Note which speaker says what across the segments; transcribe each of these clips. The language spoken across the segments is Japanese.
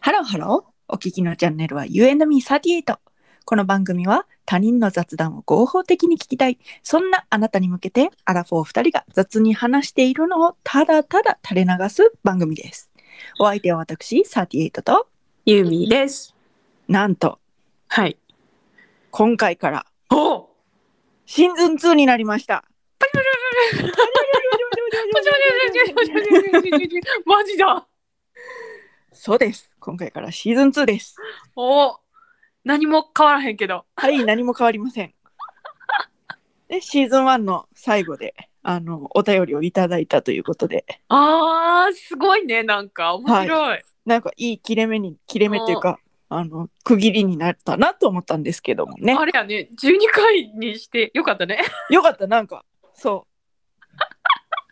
Speaker 1: ハローハロー。お聞きのチャンネルは You and me38。この番組は他人の雑談を合法的に聞きたい。そんなあなたに向けてアラフォー2人が雑に話しているのをただただ垂れ流す番組です。お相手は私38と、
Speaker 2: ユーミーです。
Speaker 1: なんと
Speaker 2: はい。
Speaker 1: 今回から
Speaker 2: お
Speaker 1: シーズン2になりました。
Speaker 2: マジだ
Speaker 1: そうです。今回からシーズン2です。
Speaker 2: お何も変わらへんけど。
Speaker 1: はい、何も変わりません。 で、シーズン1の最後で、あの、お便りをいただいたということで、
Speaker 2: あー、すごいね、なんか。面白い。
Speaker 1: なんかいい切れ目に、切れ目というか、あの、区切りになったなと思ったんですけどもね。
Speaker 2: あれやね、12回にしてよかったね。
Speaker 1: よかった、なんか、そう。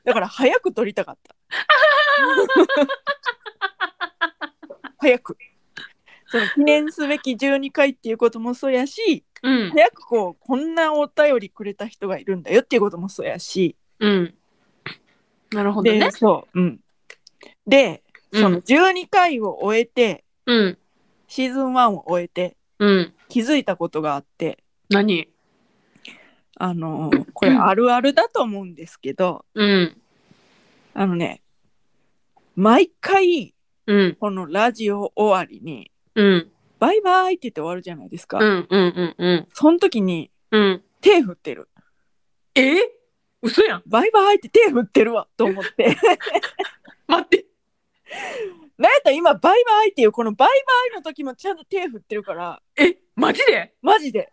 Speaker 1: だから早く撮りたかった。早く。その記念すべき12回っていうこともそうやし、
Speaker 2: うん。
Speaker 1: 早くこう、こんなお便りくれた人がいるんだよっていうこともそうやし、
Speaker 2: うん。なるほど
Speaker 1: で、
Speaker 2: ね。
Speaker 1: そう、うん。で、
Speaker 2: うん
Speaker 1: その12回を終えて、
Speaker 2: うん。
Speaker 1: シーズン1を終えて、
Speaker 2: うん。
Speaker 1: 気づいたことがあって、
Speaker 2: 何
Speaker 1: あのーこれあるあるだと思うんですけど、
Speaker 2: うん。
Speaker 1: あのね、毎回、
Speaker 2: うん。
Speaker 1: このラジオ終わりに、
Speaker 2: うん。
Speaker 1: バイバイって言って終わるじゃないですか。
Speaker 2: うん。うん。うん。うん。
Speaker 1: その時に、
Speaker 2: うん。
Speaker 1: 手振ってる。
Speaker 2: え嘘やん。
Speaker 1: バイバイって手振ってるわと思って。
Speaker 2: 待って。
Speaker 1: なんやったら今、バイバイっていう、このバイバイの時もちゃんと手振ってるから、
Speaker 2: え、マジで
Speaker 1: マジで。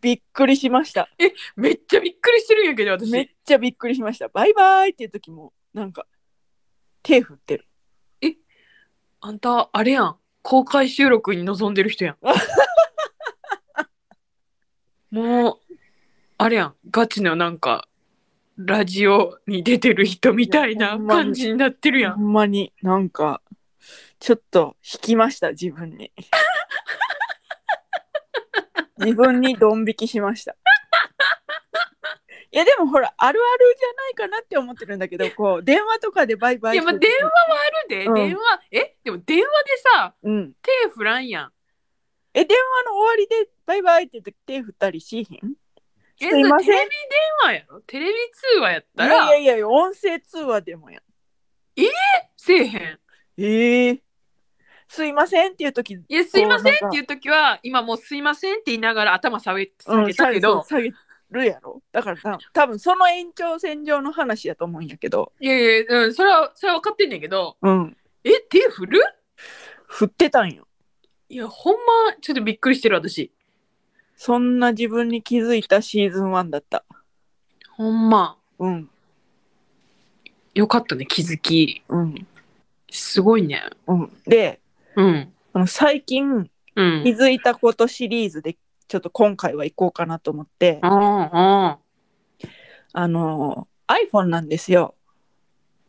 Speaker 1: びっくりしました。
Speaker 2: めっちゃびっくりしてるんやけど、私。
Speaker 1: めっちゃびっくりしました。バイバイっていう時も、なんか、手振ってる。
Speaker 2: あんた、あれやん。公開収録に臨んでる人や ん。もう、あれやん。ガチのなんか、ラジオに出てる人みたい
Speaker 1: いや
Speaker 2: な
Speaker 1: ほんまに
Speaker 2: 感じになってるや
Speaker 1: ほ
Speaker 2: ん。
Speaker 1: んまになんか、ちょっと引きました、自分 に。自分にドン引きしました。いやでもほらあるあるじゃないかなって思ってるんだけどこう電話とかでバイバイ
Speaker 2: いや、まあ、電話はあるで、
Speaker 1: うん
Speaker 2: 電話。え、でも電話でさ、
Speaker 1: 話、うん、
Speaker 2: 手振らんやん。
Speaker 1: え電話の終わりでバイバイって言って手振ったりしひん
Speaker 2: え、
Speaker 1: すいません
Speaker 2: それテレビ電話やろテレビ通話やっ
Speaker 1: い
Speaker 2: た
Speaker 1: や
Speaker 2: ら、
Speaker 1: いやいや音声通話でもやん
Speaker 2: せえへん。
Speaker 1: ええすいませんっていう時
Speaker 2: いや、すいません
Speaker 1: こ
Speaker 2: っ
Speaker 1: うなんか
Speaker 2: ていう時は、今もうすいませんって言いながら頭下げ下げたけど、
Speaker 1: 下げるやろだからさ多分その延長線上の話やと思うんやけど
Speaker 2: いやいや、うん、それは、それは分かってんねんけど、
Speaker 1: うん
Speaker 2: え、手振る
Speaker 1: 振ってたんよ
Speaker 2: いや、ほんま、ちょっとびっくりしてる、私。
Speaker 1: そんな自分に気づいたシーズン1だった
Speaker 2: ほんま。
Speaker 1: うん
Speaker 2: よかったね、気づき。
Speaker 1: うん
Speaker 2: すごいね。
Speaker 1: うんで
Speaker 2: うん。
Speaker 1: あの最近
Speaker 2: う
Speaker 1: 気
Speaker 2: ん。
Speaker 1: づいたことシリーズでちょっと今回は行こうかなと思って
Speaker 2: ああ、あ
Speaker 1: あの iPhone なんですよ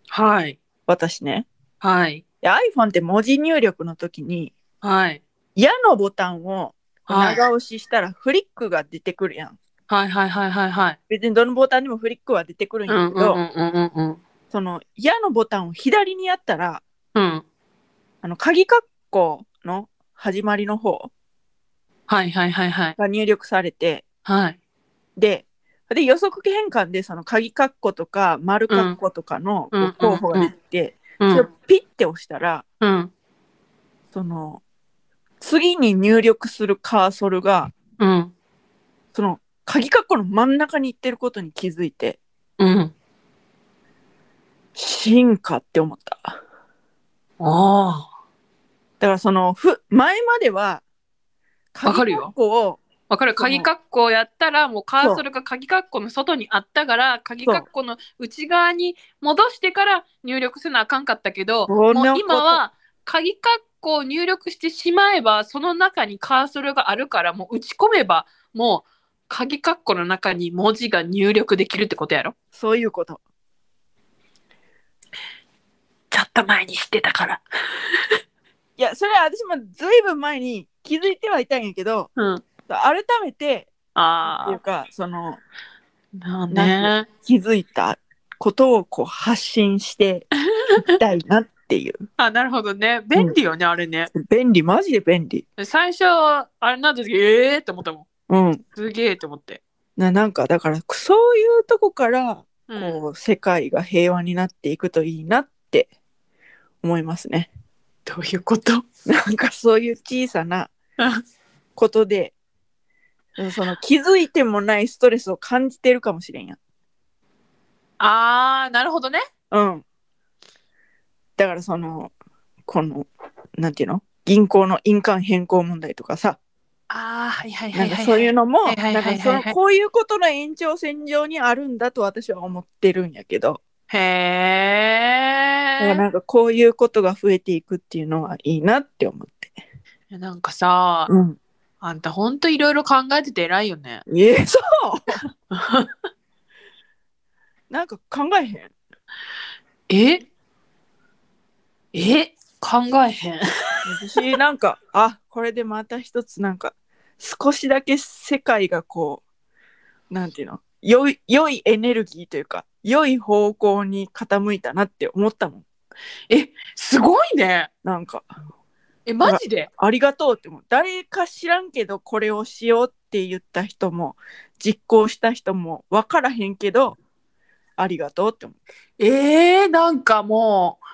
Speaker 2: あ。はい。
Speaker 1: 私ね
Speaker 2: はい。
Speaker 1: で iPhone って文字入力の時に
Speaker 2: はい。
Speaker 1: 矢のボタンを
Speaker 2: はい。
Speaker 1: 長押ししたらフリックが出てくるやん、
Speaker 2: はいはいはいはいはい。
Speaker 1: 別にどのボタンにもフリックは出てくるん
Speaker 2: う
Speaker 1: や
Speaker 2: ん
Speaker 1: け
Speaker 2: うん
Speaker 1: ど、
Speaker 2: うんうんうん。
Speaker 1: その矢のボタンを左にやったら
Speaker 2: うん。
Speaker 1: あの鍵括弧の始まりの方
Speaker 2: はいはいはいはい。
Speaker 1: が入力されて
Speaker 2: はい。
Speaker 1: でで予測変換でその鍵括弧とか丸括弧とかの
Speaker 2: うん
Speaker 1: こう候補が出てて、
Speaker 2: う
Speaker 1: それを
Speaker 2: ん。
Speaker 1: ピッて押したら
Speaker 2: うん。
Speaker 1: その次に入力するカーソルが
Speaker 2: うん。
Speaker 1: その鍵括弧の真ん中に行ってることに気づいて
Speaker 2: うん。
Speaker 1: 進化って思った。
Speaker 2: ああ。
Speaker 1: だからそのふ前までは
Speaker 2: わかるよ
Speaker 1: 鍵括弧を
Speaker 2: わかる。
Speaker 1: その
Speaker 2: 鍵括弧やったら、もうカーソルが鍵括弧の外にあったから、鍵括弧の内側に戻してから入力せなあかんかったけど、
Speaker 1: そ
Speaker 2: も
Speaker 1: んなこと
Speaker 2: う今は鍵括弧を入力してしまえば、その中にカーソルがあるから、もう打ち込めば、もう鍵括弧の中に文字が入力できるってことやろ。
Speaker 1: そういうこと
Speaker 2: ちょっと前に知ってたから。
Speaker 1: いやそれは私もずいぶん前に気づいてはいたんやけど
Speaker 2: うん。
Speaker 1: 改めてっていう
Speaker 2: あ
Speaker 1: かその
Speaker 2: あ。
Speaker 1: な
Speaker 2: ね。
Speaker 1: 気づいたことをこう発信して行きたいなっていう。
Speaker 2: あ、なるほどね。便利よね、あれね。
Speaker 1: 便利、マジで便利。
Speaker 2: 最初、あれなんですけど、ええー、って思ったもん。
Speaker 1: うん。
Speaker 2: すげえって思って。
Speaker 1: ななんか、だから、そういうとこから、
Speaker 2: うん、
Speaker 1: こう、世界が平和になっていくといいなって思いますね。
Speaker 2: どういうこと
Speaker 1: なんかそういう小さなことで、その気づいてもないストレスを感じてるかもしれんやん。
Speaker 2: あー、なるほどね。
Speaker 1: うん。だからその、この、なんていうの銀行の印鑑変更問題とかさ、
Speaker 2: あー、はいはいは
Speaker 1: ないんか
Speaker 2: はい。
Speaker 1: そういうのも、
Speaker 2: はいはい
Speaker 1: な
Speaker 2: は
Speaker 1: ん
Speaker 2: いはいはい
Speaker 1: かその、こういうことの延長線上にあるんだと私は思ってるんやけど、
Speaker 2: へ
Speaker 1: だから
Speaker 2: え。
Speaker 1: なんかこういうことが増えていくっていうのはいいなって思って。
Speaker 2: なんかさ、
Speaker 1: うん。
Speaker 2: あんたほんといろいろ考えてて偉いよね。
Speaker 1: え、そう なんか考えへん
Speaker 2: ええ考えへん。
Speaker 1: 私なんかあこれでまた一つなんか少しだけ世界がこうなんていうの良い良いエネルギーというか良い方向に傾いたなって思ったもん
Speaker 2: え、すごいね。
Speaker 1: なんか
Speaker 2: え、マジで
Speaker 1: ありがとうって思う誰か知らんけどこれをしようって言った人も実行した人も分からへんけどありがとうって思う
Speaker 2: えー、なんかもう、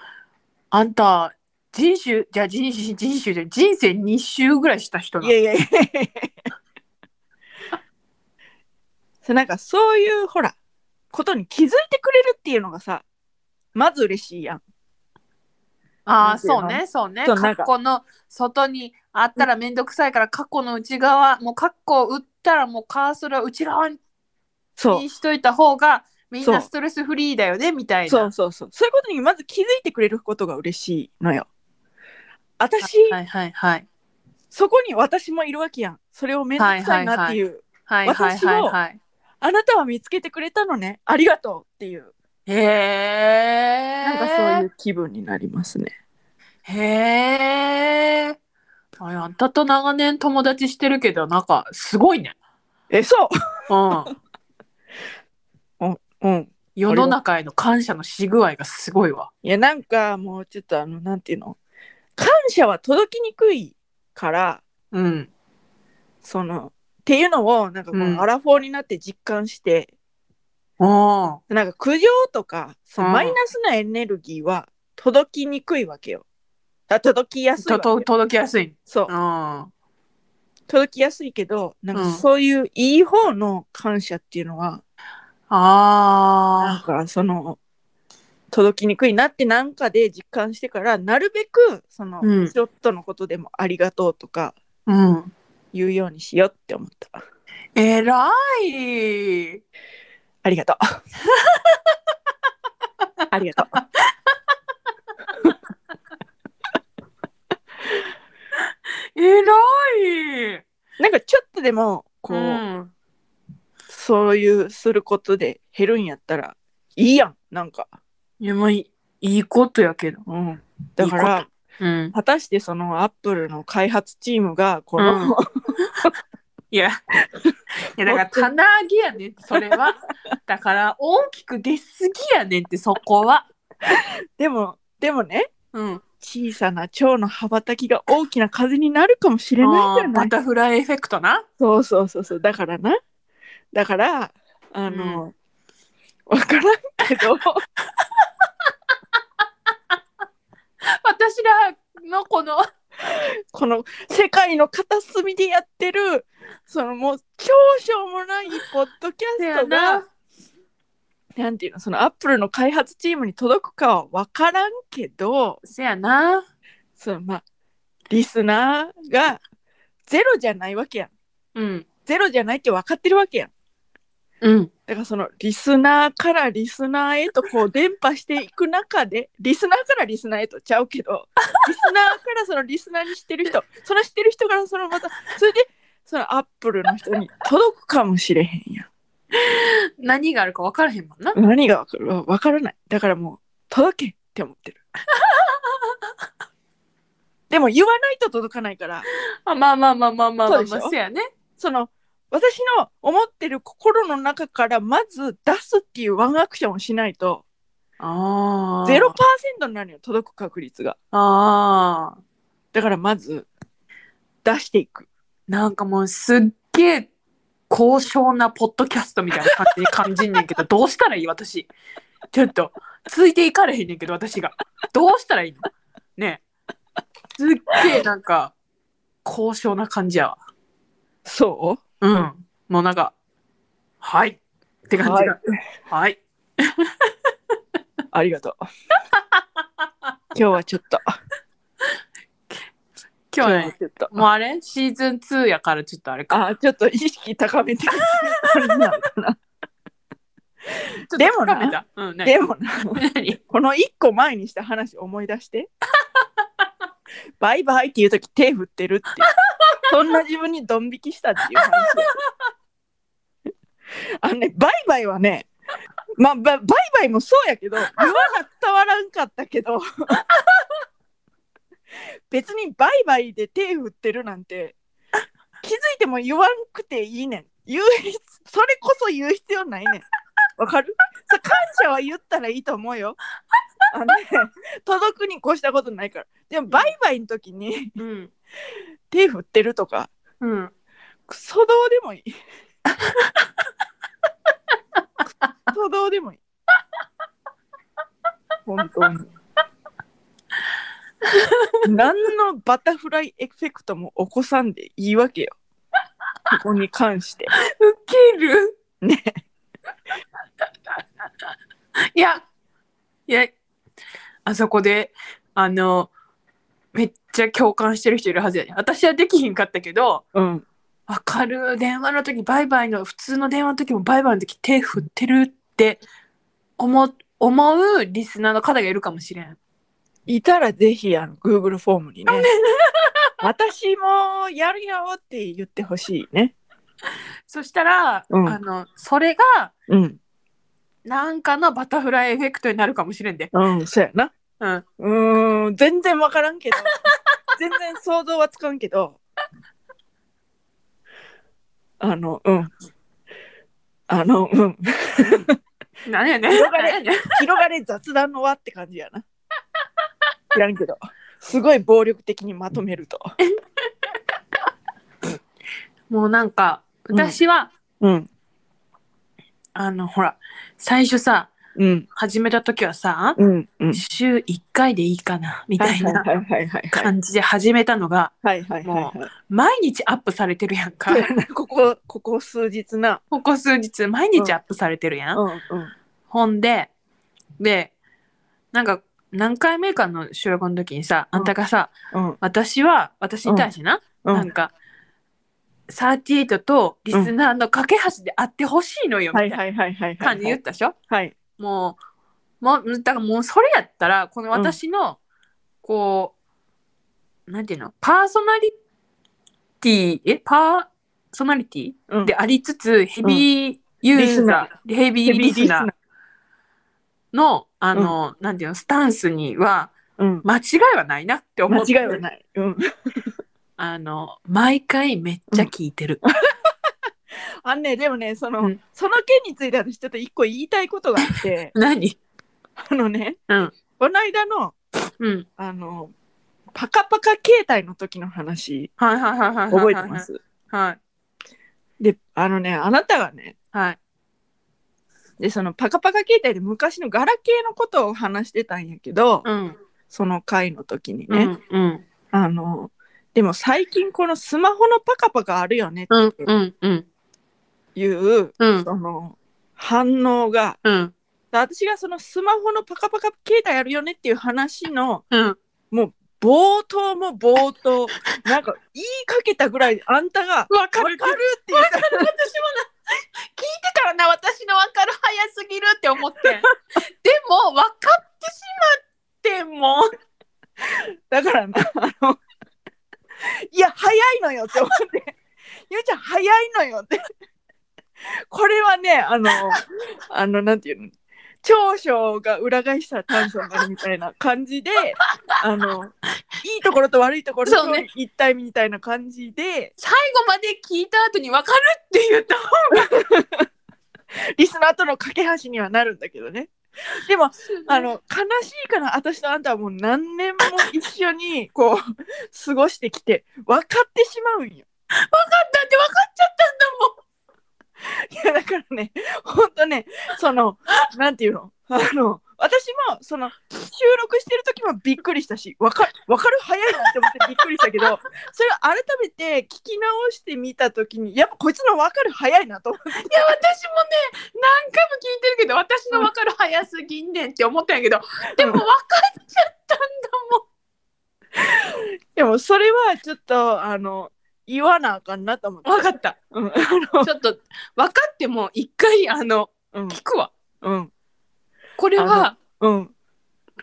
Speaker 2: あんた、人種、じゃあ人種、人種で人生2周ぐらいした人ない
Speaker 1: やいやい やそうなんかそういうほらことに気づいてくれるっていうのがさまず嬉しいやん
Speaker 2: あ
Speaker 1: な
Speaker 2: あ、
Speaker 1: んていうの
Speaker 2: そうね、そうね。
Speaker 1: そうなんか
Speaker 2: 過去の外にあったらめんどくさいから、過去の内側、もう過去を打ったらもうカーソルを内側に
Speaker 1: そう
Speaker 2: しといた方が、みん
Speaker 1: そう
Speaker 2: なストレスフリーだよね、みたいな。
Speaker 1: そうそうそうそういうことにまず気づいてくれることが嬉しいのよ私、
Speaker 2: はいはいはい。
Speaker 1: そこに私もいるわけやんそれを面倒くさいなっていう、
Speaker 2: はいはい
Speaker 1: 私を
Speaker 2: はいはい。
Speaker 1: あなたは見つけてくれたのねありがとうっていう
Speaker 2: へえ。
Speaker 1: なんかそういう気分になりますね、
Speaker 2: へえ。ああんたと長年友達してるけど、なんかすごいね。
Speaker 1: えそう
Speaker 2: うん。
Speaker 1: うん
Speaker 2: 世の中への感謝のし具合がすごいわ。
Speaker 1: いやなんかもうちょっとあのなんていうの感謝は届きにくいから
Speaker 2: うん。
Speaker 1: そのっていうのをなんかこ
Speaker 2: うん
Speaker 1: のアラフォーになって実感して、
Speaker 2: うん。
Speaker 1: なんか苦情とかその
Speaker 2: うん
Speaker 1: マイナスなエネルギーは届きにくいわけよ。あ届きやすいわ
Speaker 2: と
Speaker 1: けよ
Speaker 2: と届きやすい。
Speaker 1: そう
Speaker 2: うん。
Speaker 1: 届きやすいけどなん
Speaker 2: う
Speaker 1: か
Speaker 2: ん
Speaker 1: そういういい方の感謝っていうのは、なん
Speaker 2: あ
Speaker 1: かその届きにくいなってなんかで実感してからなるべくその、
Speaker 2: うん
Speaker 1: ちょっとのことでもありがとうとか
Speaker 2: あ、うん。
Speaker 1: 言うようにしようって思った。
Speaker 2: えらい。
Speaker 1: ありが とう。ありがとう。
Speaker 2: えらい。
Speaker 1: なんかちょっとでもこう、
Speaker 2: うん、
Speaker 1: そういうすることで減るんやったらいいやんなんか。
Speaker 2: いや、まあ、いいいことやけど。
Speaker 1: うん、だから
Speaker 2: いいうん。
Speaker 1: 果たしてそのアップルの開発チームがこの、
Speaker 2: うんいや。い や、だから、棚上げやねんそれ は。だから、大きく出すぎやねんって、そこは。
Speaker 1: でもでもね
Speaker 2: うん。
Speaker 1: 小さな蝶の羽ばたきが大きな風になるかもしれないじゃ
Speaker 2: あ
Speaker 1: な
Speaker 2: ーバ
Speaker 1: い
Speaker 2: タフライエフェクトな。
Speaker 1: そうそうそうそうだからなだからあの、わからんけど
Speaker 2: 私らのこの、
Speaker 1: この世界の片隅でやってるそのもう長所もないポッドキャストが
Speaker 2: な。
Speaker 1: なんていうのそのアップルの開発チームに届くかは分からんけど
Speaker 2: せやな。
Speaker 1: そのまあリスナーがゼロじゃないわけやん
Speaker 2: うん。
Speaker 1: ゼロじゃないって分かってるわけやん
Speaker 2: うん。
Speaker 1: だからそのリスナーからリスナーへとこう伝播していく中でリスナーからリスナーへとちゃうけどリスナーからそのリスナーにしてる人その知ってる人からそのまたそれでそのアップルの人に届くかもしれへんやん
Speaker 2: 何があるか分からへんもんな。
Speaker 1: 何が分かる分からないだからもう届けって思ってるでも言わないと届かないから
Speaker 2: あまあまあまあまあまあまあ、
Speaker 1: そ
Speaker 2: ま
Speaker 1: うでし
Speaker 2: あ、
Speaker 1: ょ
Speaker 2: せやね。
Speaker 1: その私の思ってる心の中からまず出すっていうワンアクションをしないと
Speaker 2: ああ。
Speaker 1: 0%になるよ届く確率が
Speaker 2: ああ。
Speaker 1: だからまず出していく
Speaker 2: なんかもうすっげえ高尚なポッドキャストみたいな感じに感じんねんけど、どうしたらいい私。ちょっと、ついていかれへんねんけど、私が。どうしたらいいのねえ。すっげえなんか、高尚な感じやわ。
Speaker 1: そ
Speaker 2: うん。もうなんか、はい。って感じが。はい。
Speaker 1: うありがとう 今日はちょっと
Speaker 2: 今日はね、
Speaker 1: ちょっと
Speaker 2: もうあれシーズン2やからちょっとあれか。
Speaker 1: あちょっと意識高 めてこれなのかな
Speaker 2: ちょっと
Speaker 1: でもな
Speaker 2: 疲れたうん、何
Speaker 1: でもな
Speaker 2: 何
Speaker 1: この一個前にした話思い出して バイバイっていう時手振ってるっていうそんな自分にドン引きしたっていう話 よあのねバイバイはねまあババイバイもそうやけど言わな伝わらんかったけど 別にバイバイで手振ってるなんて気づいても言わんくていいねん言う必それこそ言う必要ないねんわかるさ感謝は言ったらいいと思うよあの、ね、届くに越したことないからでもバイバイの時に
Speaker 2: うん。
Speaker 1: 手振ってるとか
Speaker 2: うん。
Speaker 1: クソどうでもい いクソどうでもいい本当に何のバタフライエフェクトも起こさんでいいわけよここに関して
Speaker 2: ウケる
Speaker 1: ね
Speaker 2: いや、いや、あそこで、あの、めっちゃ共感してる人いるはずやね。私はできひんかったけど、
Speaker 1: うん
Speaker 2: わかる。電話の時、バイバイの、普通の電話の時もバイバイの時手振ってるって思う、思うリスナーの方がいるかもしれん。
Speaker 1: いたらぜひあの Google フォームにね私もやるよって言ってほしいね
Speaker 2: そしたら、
Speaker 1: うん
Speaker 2: あの、それが、
Speaker 1: うん
Speaker 2: なんかのバタフライエフェクトになるかもしれんで。
Speaker 1: うんそうやな
Speaker 2: うん。
Speaker 1: うーん、全然わからんけ ど、全然想像はつかんけど、あの、うん。あの、うん。
Speaker 2: なんやねん。
Speaker 1: 広が
Speaker 2: なんや
Speaker 1: れ
Speaker 2: ねん。
Speaker 1: 広がれ雑談の輪って感じやな。知らんけど、すごい暴力的にまとめると。
Speaker 2: もうなんか、私は、
Speaker 1: うん、
Speaker 2: あの、ほら、最初さ、
Speaker 1: うん、
Speaker 2: 始めた時はさ、
Speaker 1: うん、うん。
Speaker 2: 週1回でいいかな、み
Speaker 1: は
Speaker 2: た
Speaker 1: い
Speaker 2: い
Speaker 1: はい
Speaker 2: な
Speaker 1: はいはいはいはい。
Speaker 2: 感じで始めたのが、
Speaker 1: はいはいは
Speaker 2: も
Speaker 1: いはい。
Speaker 2: 毎日アップされてるやんか
Speaker 1: そう。やな ここ、ここ数日な。
Speaker 2: ここ数日、毎日アップされてるやん。
Speaker 1: うん、うん。
Speaker 2: ほんで、で、なんか、何回目かの収録の時にさ、
Speaker 1: うん
Speaker 2: あんたがさ、
Speaker 1: うん、
Speaker 2: 私は、私に対してな、
Speaker 1: う
Speaker 2: なん
Speaker 1: ん。
Speaker 2: か、38とリスナーの架け橋であってほしいのよ、
Speaker 1: は
Speaker 2: みた
Speaker 1: い
Speaker 2: いな
Speaker 1: はいはいはいは
Speaker 2: 感じで言っ
Speaker 1: い。
Speaker 2: たでしょ、
Speaker 1: はい。
Speaker 2: もう、もう、だからもうそれやったら、この私の、こう、なんていうの、パーソナリティ、え、パーソナリティ
Speaker 1: うん
Speaker 2: でありつつ、ヘビーユ
Speaker 1: リス
Speaker 2: ーザ
Speaker 1: ナ
Speaker 2: ー、ヘビーリスナーの、あ
Speaker 1: ナー
Speaker 2: の、なんていうの、スタンスには、
Speaker 1: うん。
Speaker 2: 間違いはないなって思
Speaker 1: 間
Speaker 2: って。
Speaker 1: 違いはない。うん。
Speaker 2: あの、毎回めっちゃ聞いてる。
Speaker 1: あんねでもねその、
Speaker 2: うん
Speaker 1: その件について私ちょっと一個言いたいことがあって
Speaker 2: 何
Speaker 1: あのね、
Speaker 2: うん
Speaker 1: この間の
Speaker 2: うん。
Speaker 1: あのパカパカ携帯の時の話
Speaker 2: はいはいはいはいはい。
Speaker 1: 覚えてま。す、
Speaker 2: はい。
Speaker 1: であのねあなたがね
Speaker 2: はい。
Speaker 1: でそのパカパカ携帯で昔のガラケーのことを話してたんやけど、
Speaker 2: うん。
Speaker 1: その回の時に
Speaker 2: う
Speaker 1: ね、
Speaker 2: ん。うん。
Speaker 1: あのでも最近このスマホのパカパカあるよね
Speaker 2: うん。うん。うん。
Speaker 1: っていう、
Speaker 2: うん。
Speaker 1: その反応が
Speaker 2: うん。
Speaker 1: 私がそのスマホのパカパカ携帯あるよねっていう話の
Speaker 2: うん。
Speaker 1: 冒頭も冒頭、なんか言いかけたぐらいであんたが、
Speaker 2: わか
Speaker 1: わか
Speaker 2: る
Speaker 1: るって言ったら、
Speaker 2: 聞いてからな私の分かる早すぎるって思 ってでも分かってしまってもう
Speaker 1: だからな、あの、いや、早いのよって思って、ゆうちゃん早いのよって。これはね、あの、あの、なんていうの、長所が裏返した短所になるみたいな感じで、あの、いいところと悪いところ
Speaker 2: そう
Speaker 1: と
Speaker 2: ね
Speaker 1: 一体みたいな感じで、
Speaker 2: 最後まで聞いた後に分かるって言った
Speaker 1: リスナーとの架け橋にはなるんだけどね。でもあの悲しいから私とあんたはもう何年も一緒にこう過ごしてきて分かってしまうんよ。
Speaker 2: だって分かっちゃったんだもん
Speaker 1: いやだからねほんとねそのなんていうのあの私もその収録してる時もびっくりしたし分か分かる早いなって思ってびっくりしたけどそれを改めて聞き直してみた時にやっぱこいつの分かる早いなと思って
Speaker 2: いや私もね何回も聞いてるけど私の分かる早すぎんねんって思ったんやけどでも分かっちゃったんだもん
Speaker 1: でもそれはちょっとあの言わなあかんなと思って。
Speaker 2: 分かった
Speaker 1: うん
Speaker 2: ちょっと分かっても一回あの
Speaker 1: うん
Speaker 2: 聞くわ
Speaker 1: うん
Speaker 2: これは
Speaker 1: うん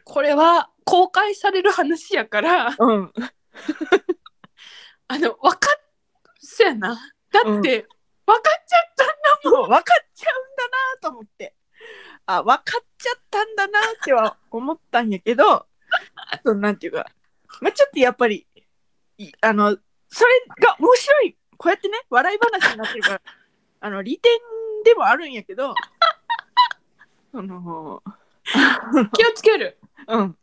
Speaker 2: これは公開される話やから
Speaker 1: うん
Speaker 2: あの分かっせやなだって、
Speaker 1: うん
Speaker 2: 分かっちゃった
Speaker 1: そう分かっちゃうんだなと思ってあ分かっちゃったんだなっては思ったんやけど そのなんていうか、まあ、ちょっとやっぱりいあのそれが面白いこうやってね笑い話になってるから あの利点でもあるんやけど その
Speaker 2: 気をつける
Speaker 1: うん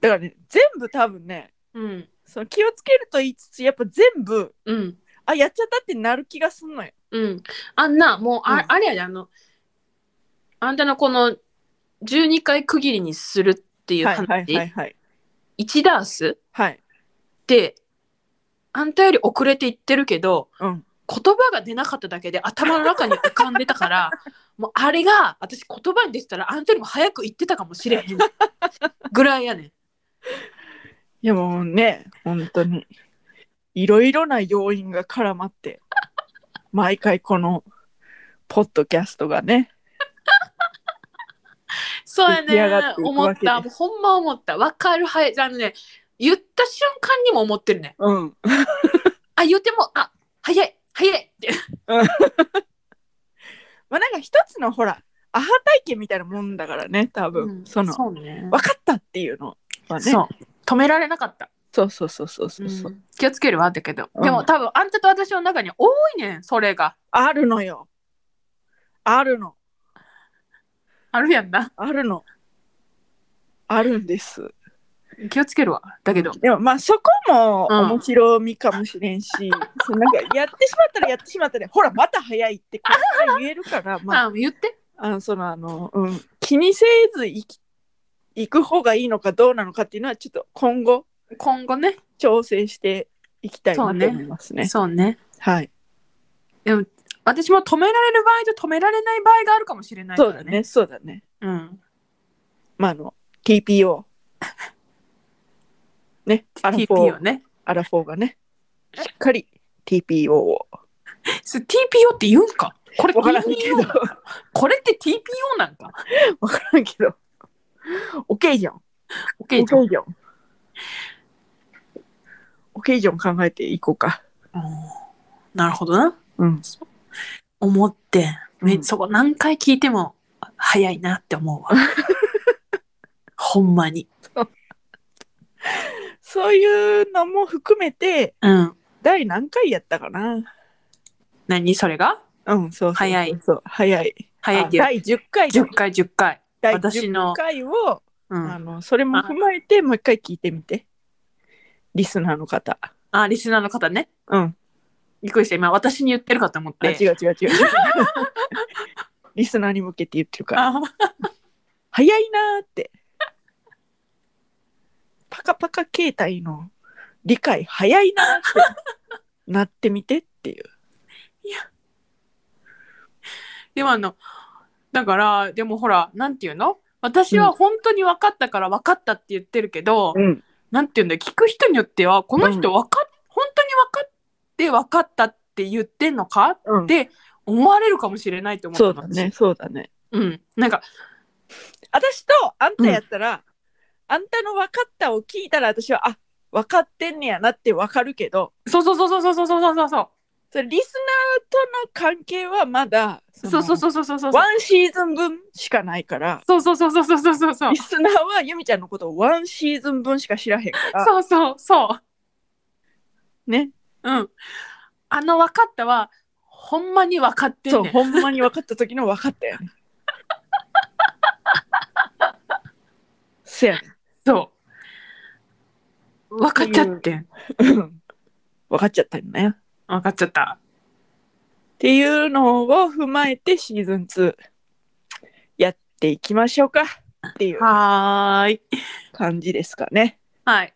Speaker 1: だからね全部多分ね
Speaker 2: うん
Speaker 1: その気をつけると言いつつやっぱ全部
Speaker 2: うん
Speaker 1: あやっちゃったってなる気がすんのよ。
Speaker 2: うんあんなもうあ,、
Speaker 1: うん
Speaker 2: あれやであのあんたのこの12回区切りにするっていう
Speaker 1: はい
Speaker 2: 話、
Speaker 1: はいはいはい。
Speaker 2: 1ダース
Speaker 1: はい、
Speaker 2: ってあんたより遅れていってるけど
Speaker 1: うん
Speaker 2: 言葉が出なかっただけで頭の中に浮かんでたから もうあれが私言葉に出てたらあんたよりも早く言ってたかもしれへんぐらいやねん。
Speaker 1: いやもうね、本当に。いろいろな要因が絡まって、毎回この、ポッドキャストがね。
Speaker 2: そうや
Speaker 1: 出来上が
Speaker 2: ね
Speaker 1: っていく
Speaker 2: 思
Speaker 1: わ
Speaker 2: っ
Speaker 1: け
Speaker 2: た
Speaker 1: で
Speaker 2: もうほんま思った分かる早いあのね言った瞬間にも思ってるね
Speaker 1: うん。
Speaker 2: あ言ってもあ早い早いって
Speaker 1: まあなんか一つのほら、アハ体験みたいなもんだからね、多分。その、
Speaker 2: うね
Speaker 1: 分かったっていうのはね。
Speaker 2: そう止められなかった、
Speaker 1: そうそうそうそうそうそう、
Speaker 2: うん気をつけるわだけど、
Speaker 1: うん
Speaker 2: でも多分あんたと私の中に多いねんそれが
Speaker 1: あるのよ。あるの。
Speaker 2: あるやんな
Speaker 1: あるの。あるんです。
Speaker 2: 気をつけるわだけど
Speaker 1: でもまあそこも
Speaker 2: うん
Speaker 1: 面白みかもしれんし、そうなんかやってしまったらやってしまったで、ほらまた早いってこうやって言えるから、まあ
Speaker 2: あ言って
Speaker 1: あのそのあの、うん、気にせず行き行く方がいいのかどうなのかっていうのはちょっと今後
Speaker 2: 今後ね
Speaker 1: 調整していきたいなと
Speaker 2: そうね
Speaker 1: 思いますね。
Speaker 2: そうね
Speaker 1: はい、
Speaker 2: 私も止められる場合と止められない場合があるかもしれないか
Speaker 1: そう
Speaker 2: ら
Speaker 1: だ
Speaker 2: ね
Speaker 1: ね、そうだね。
Speaker 2: うん
Speaker 1: まああの TPO ね、アラフォ
Speaker 2: TPO
Speaker 1: ー、
Speaker 2: ね
Speaker 1: アラフォーがね、しっかり TPO を
Speaker 2: それ TPO って言うんかこれ
Speaker 1: わからんけど
Speaker 2: TPO なんかこれって TPO なんか
Speaker 1: わからんけど、OK じゃん、
Speaker 2: OK じゃん
Speaker 1: OK じゃん。OK じゃん考えていこうか。
Speaker 2: うんなるほどな
Speaker 1: うん、
Speaker 2: 思って、め
Speaker 1: うん
Speaker 2: そこ何回聞いても早いなっ て思うわほんまに
Speaker 1: そういうのも含めて。
Speaker 2: うん
Speaker 1: 第何回やったかな
Speaker 2: 何それが
Speaker 1: うん、そうそうそう
Speaker 2: 早い
Speaker 1: そう、早い。
Speaker 2: 早いって
Speaker 1: あ第10回だ
Speaker 2: 10回10回
Speaker 1: 第
Speaker 2: 私の
Speaker 1: 10回を、
Speaker 2: うん
Speaker 1: あの、それも踏まえて、もう一回聞いてみて。リスナーの方。
Speaker 2: あリスナーの方ね
Speaker 1: うん。
Speaker 2: びっくりした今私に言ってるかと思っ
Speaker 1: あ、
Speaker 2: て
Speaker 1: 違う違う違う。リスナーに向けて言ってるから。
Speaker 2: あ
Speaker 1: 早いなーって。パカパカ携帯の理解早いなーってなってみてっていう。
Speaker 2: でもあのだからでもほらなんていうの私は本当に分かったから分かったって言ってるけど、
Speaker 1: うん。
Speaker 2: なんていうんだよ聞く人によってはこの
Speaker 1: うん
Speaker 2: 人分かっ、本当に分かって分かったって言ってんのかっ
Speaker 1: うん、
Speaker 2: て思われるかもしれないと思った
Speaker 1: そう
Speaker 2: の
Speaker 1: だね、そうだね。
Speaker 2: 私うんなんか
Speaker 1: 私とあんたやったら、あんたの分かったを聞いたら私はあ分かってんねやなって分かるけど
Speaker 2: そうそうそうそうそうそうそうそうそ
Speaker 1: それリスナーとの関係はまだそうの
Speaker 2: そうそうそうそうそうそう
Speaker 1: ワンシーズン分しかないから
Speaker 2: そうそうそうそうそうそうそうそう
Speaker 1: リスナーはユミちゃんのことをワンシーズン分しか知らへんから
Speaker 2: そうそうそう
Speaker 1: ね
Speaker 2: うんあの分かったはほんまに分かって
Speaker 1: そ
Speaker 2: ん
Speaker 1: う
Speaker 2: ねん
Speaker 1: ほんまに分かった時の分かったよね せやね
Speaker 2: そう。分かっちゃってん。
Speaker 1: うん分かっちゃったよね。っ
Speaker 2: 分かっちゃった。
Speaker 1: ていうのを踏まえてシーズン2やっていきましょうかっていう
Speaker 2: はーい。
Speaker 1: 感じですかね。
Speaker 2: はい。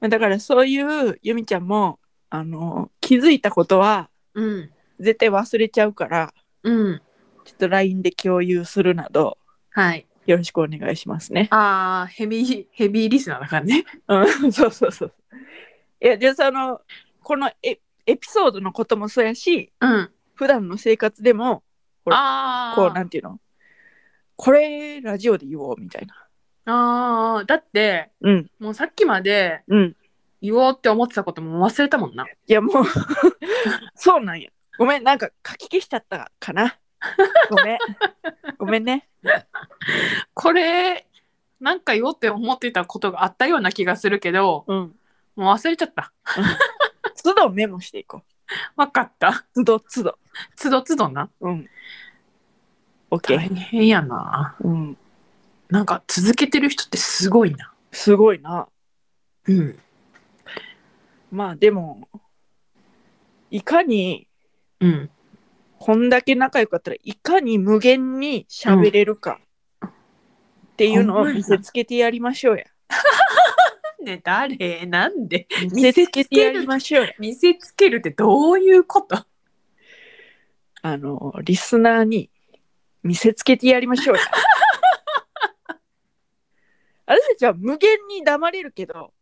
Speaker 1: まあだからそういうゆみちゃんもあの気づいたことは
Speaker 2: うん。
Speaker 1: 絶対忘れちゃうから
Speaker 2: うん。
Speaker 1: ちょっと LINE で共有するなど
Speaker 2: はい。
Speaker 1: よろしくお願いしますね。
Speaker 2: あー、ヘビー、ヘビーリスナーだからね。
Speaker 1: うん、 そうそうそう。いや、じゃあその、このエエピソードのこともそうやし、
Speaker 2: うん。
Speaker 1: 普段の生活でも、ほ
Speaker 2: あー。
Speaker 1: こう、なんていうのこれ、ラジオで言おう、みたいな。
Speaker 2: あー、だって、
Speaker 1: うん、
Speaker 2: もうさっきまで
Speaker 1: うん。
Speaker 2: 言おうって思ってたことも忘れたもんな。
Speaker 1: いや、もう、 そうなんや。ごめん、なんか書き消しちゃったかな。ごめん。ごめんね。
Speaker 2: これ、なんか言おうって思ってたことがあったような気がするけど、
Speaker 1: うん。
Speaker 2: もう忘れちゃった。
Speaker 1: 都度メモしていこ
Speaker 2: 分かった。
Speaker 1: う。都度、都度。
Speaker 2: つどつどな。
Speaker 1: うん。OK。
Speaker 2: 大変やな。
Speaker 1: うん。
Speaker 2: なんか続けてる人ってすごいな。
Speaker 1: すごいな。
Speaker 2: うん。
Speaker 1: まあ、でも、いかに、
Speaker 2: うん。
Speaker 1: こんだけ仲良かったらいかに無限に喋れるかっていうのを見せつけてやりましょうや。
Speaker 2: なんで誰なんで
Speaker 1: 見せつけてやりましょうや。
Speaker 2: 見せつけるってどういうこと
Speaker 1: あの、リスナーに見せつけてやりましょ うや。私たちは無限に黙れるけど、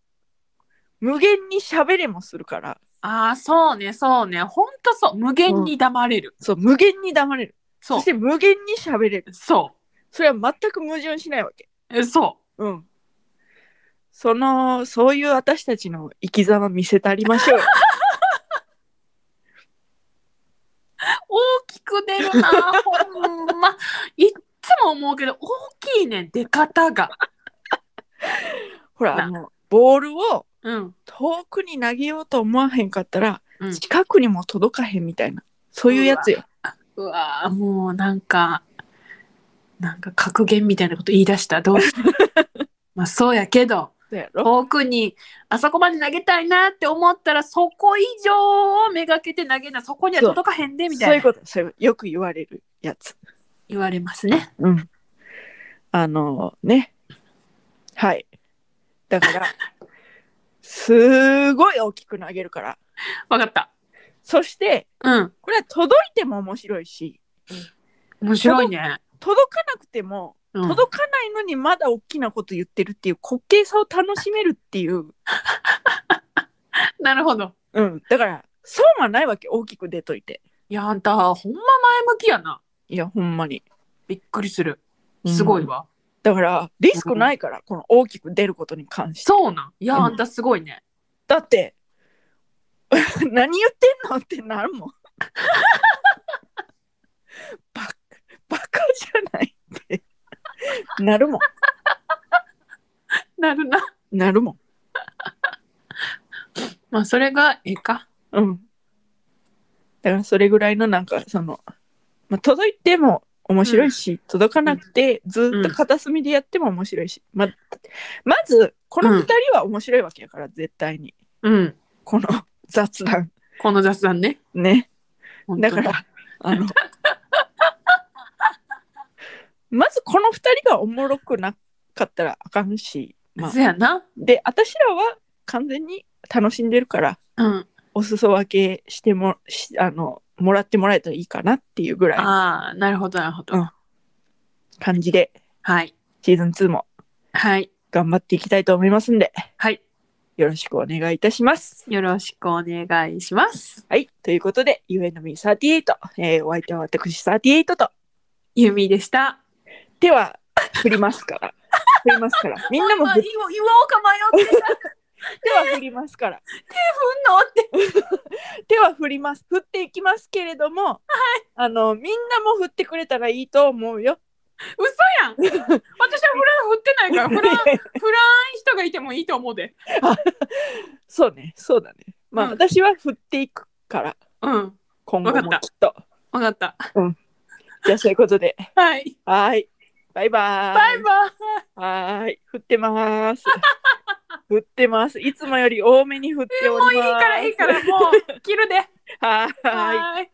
Speaker 1: 無限に喋れもするから、
Speaker 2: ああ、そうね、そうね。ほんとそう。無限に黙れる。
Speaker 1: そう、無限に黙れる。そ
Speaker 2: そ
Speaker 1: うし。て無限に喋れる。
Speaker 2: そ
Speaker 1: それは全く矛盾しないわけ。
Speaker 2: う。えそ
Speaker 1: うん。その、そういう私たちの生き様見せてありまし ょうよ。
Speaker 2: う。大きく出るな。 ほんま。いっつも思うけど、大きいねん、出方が。
Speaker 1: ほら、
Speaker 2: な
Speaker 1: あの、ボールを
Speaker 2: うん。
Speaker 1: 遠くに投げようと思わへんかったら、
Speaker 2: うん、
Speaker 1: 近くにも届かへんみたいな、そういうやつよ。
Speaker 2: うわーもうなんか、なんか格言みたいなこと言い出した。どうしよ うまあそうやけど、
Speaker 1: そうやろ
Speaker 2: 遠くにあそこまで投げたいなって思ったら、そこ以上をめがけて投げな、そこには届かへんでみたい
Speaker 1: そうい
Speaker 2: な
Speaker 1: うこと、そういうよく言われるやつ。
Speaker 2: 言われますね。
Speaker 1: うん。あの、ね。はい。だから、すごい大きく投げるから。
Speaker 2: わかった。
Speaker 1: そして、
Speaker 2: うん。
Speaker 1: これは届いても面白いし、
Speaker 2: 面白いね。
Speaker 1: 届かなくても
Speaker 2: うん
Speaker 1: 届かないのにまだ大きなこと言ってるっていう滑稽さを楽しめるっていう、
Speaker 2: なるほど。
Speaker 1: うん、だから損はないわけ大きく出といて
Speaker 2: いや、あんた、ほんま前向きやな。
Speaker 1: いやほんまに
Speaker 2: びっくりする。すごい
Speaker 1: うん
Speaker 2: わ。
Speaker 1: だからリスクないから、この大きく出ることに関して
Speaker 2: そうなん。いや、
Speaker 1: うん
Speaker 2: あんたすごいね。
Speaker 1: だって 何言ってんのってなるもん バカバカじゃないって なるも
Speaker 2: なるな。
Speaker 1: んなるもん
Speaker 2: まあ、それがええか。
Speaker 1: うん。だからそれぐらいのなんかその、まあ、届いても面白いし、届かなくてずっと片隅でやっても面白いし、ままずこの2人は面白いわけやから、絶対に
Speaker 2: うん。
Speaker 1: この雑談
Speaker 2: この雑談ね。
Speaker 1: ね
Speaker 2: 本当
Speaker 1: だからあの まずこの2人がおもろくなかったらあかんし、まあ
Speaker 2: そ、やな。
Speaker 1: で私らは完全に楽しんでるから
Speaker 2: うん。
Speaker 1: お裾分けしてもしあのもらってもらえたらいいかなっていうぐらいの
Speaker 2: ああ、なるほど、なるほど。
Speaker 1: うん感じで
Speaker 2: はい。
Speaker 1: シーズン2も
Speaker 2: はい。
Speaker 1: 頑張っていきたいと思いますんで
Speaker 2: はい。
Speaker 1: よろしくお願いいたします。
Speaker 2: よろしくお願いします。
Speaker 1: はい。ということで、ゆえのみ38、えー、お相手は私38と
Speaker 2: ゆみでした。
Speaker 1: 手は振りますから。振ります から。みんなも
Speaker 2: あ
Speaker 1: 振
Speaker 2: 言
Speaker 1: っ
Speaker 2: お言おうか迷って た。
Speaker 1: 手は振りますから。
Speaker 2: ふんのって。
Speaker 1: 手は振ります。振っていきますけれども、あの、みんなも振ってくれたらいいと思うよ。
Speaker 2: 嘘 やん。私はフラン振ってないから、フラン、フラン人がいてもいいと思うで。
Speaker 1: そうね。そうだね。まあ、
Speaker 2: うん
Speaker 1: 私は振っていくから。
Speaker 2: うん。
Speaker 1: 今後も
Speaker 2: わ
Speaker 1: き
Speaker 2: か
Speaker 1: っ
Speaker 2: った
Speaker 1: と。
Speaker 2: わかった。
Speaker 1: じゃあそういうことで。
Speaker 2: はい。
Speaker 1: はーい。バイバーイ。
Speaker 2: バイバイ
Speaker 1: はーい。振ってます。 振ってます。いつもより多めに振っております。
Speaker 2: いいからいいからもう切るで
Speaker 1: はーい。
Speaker 2: ーい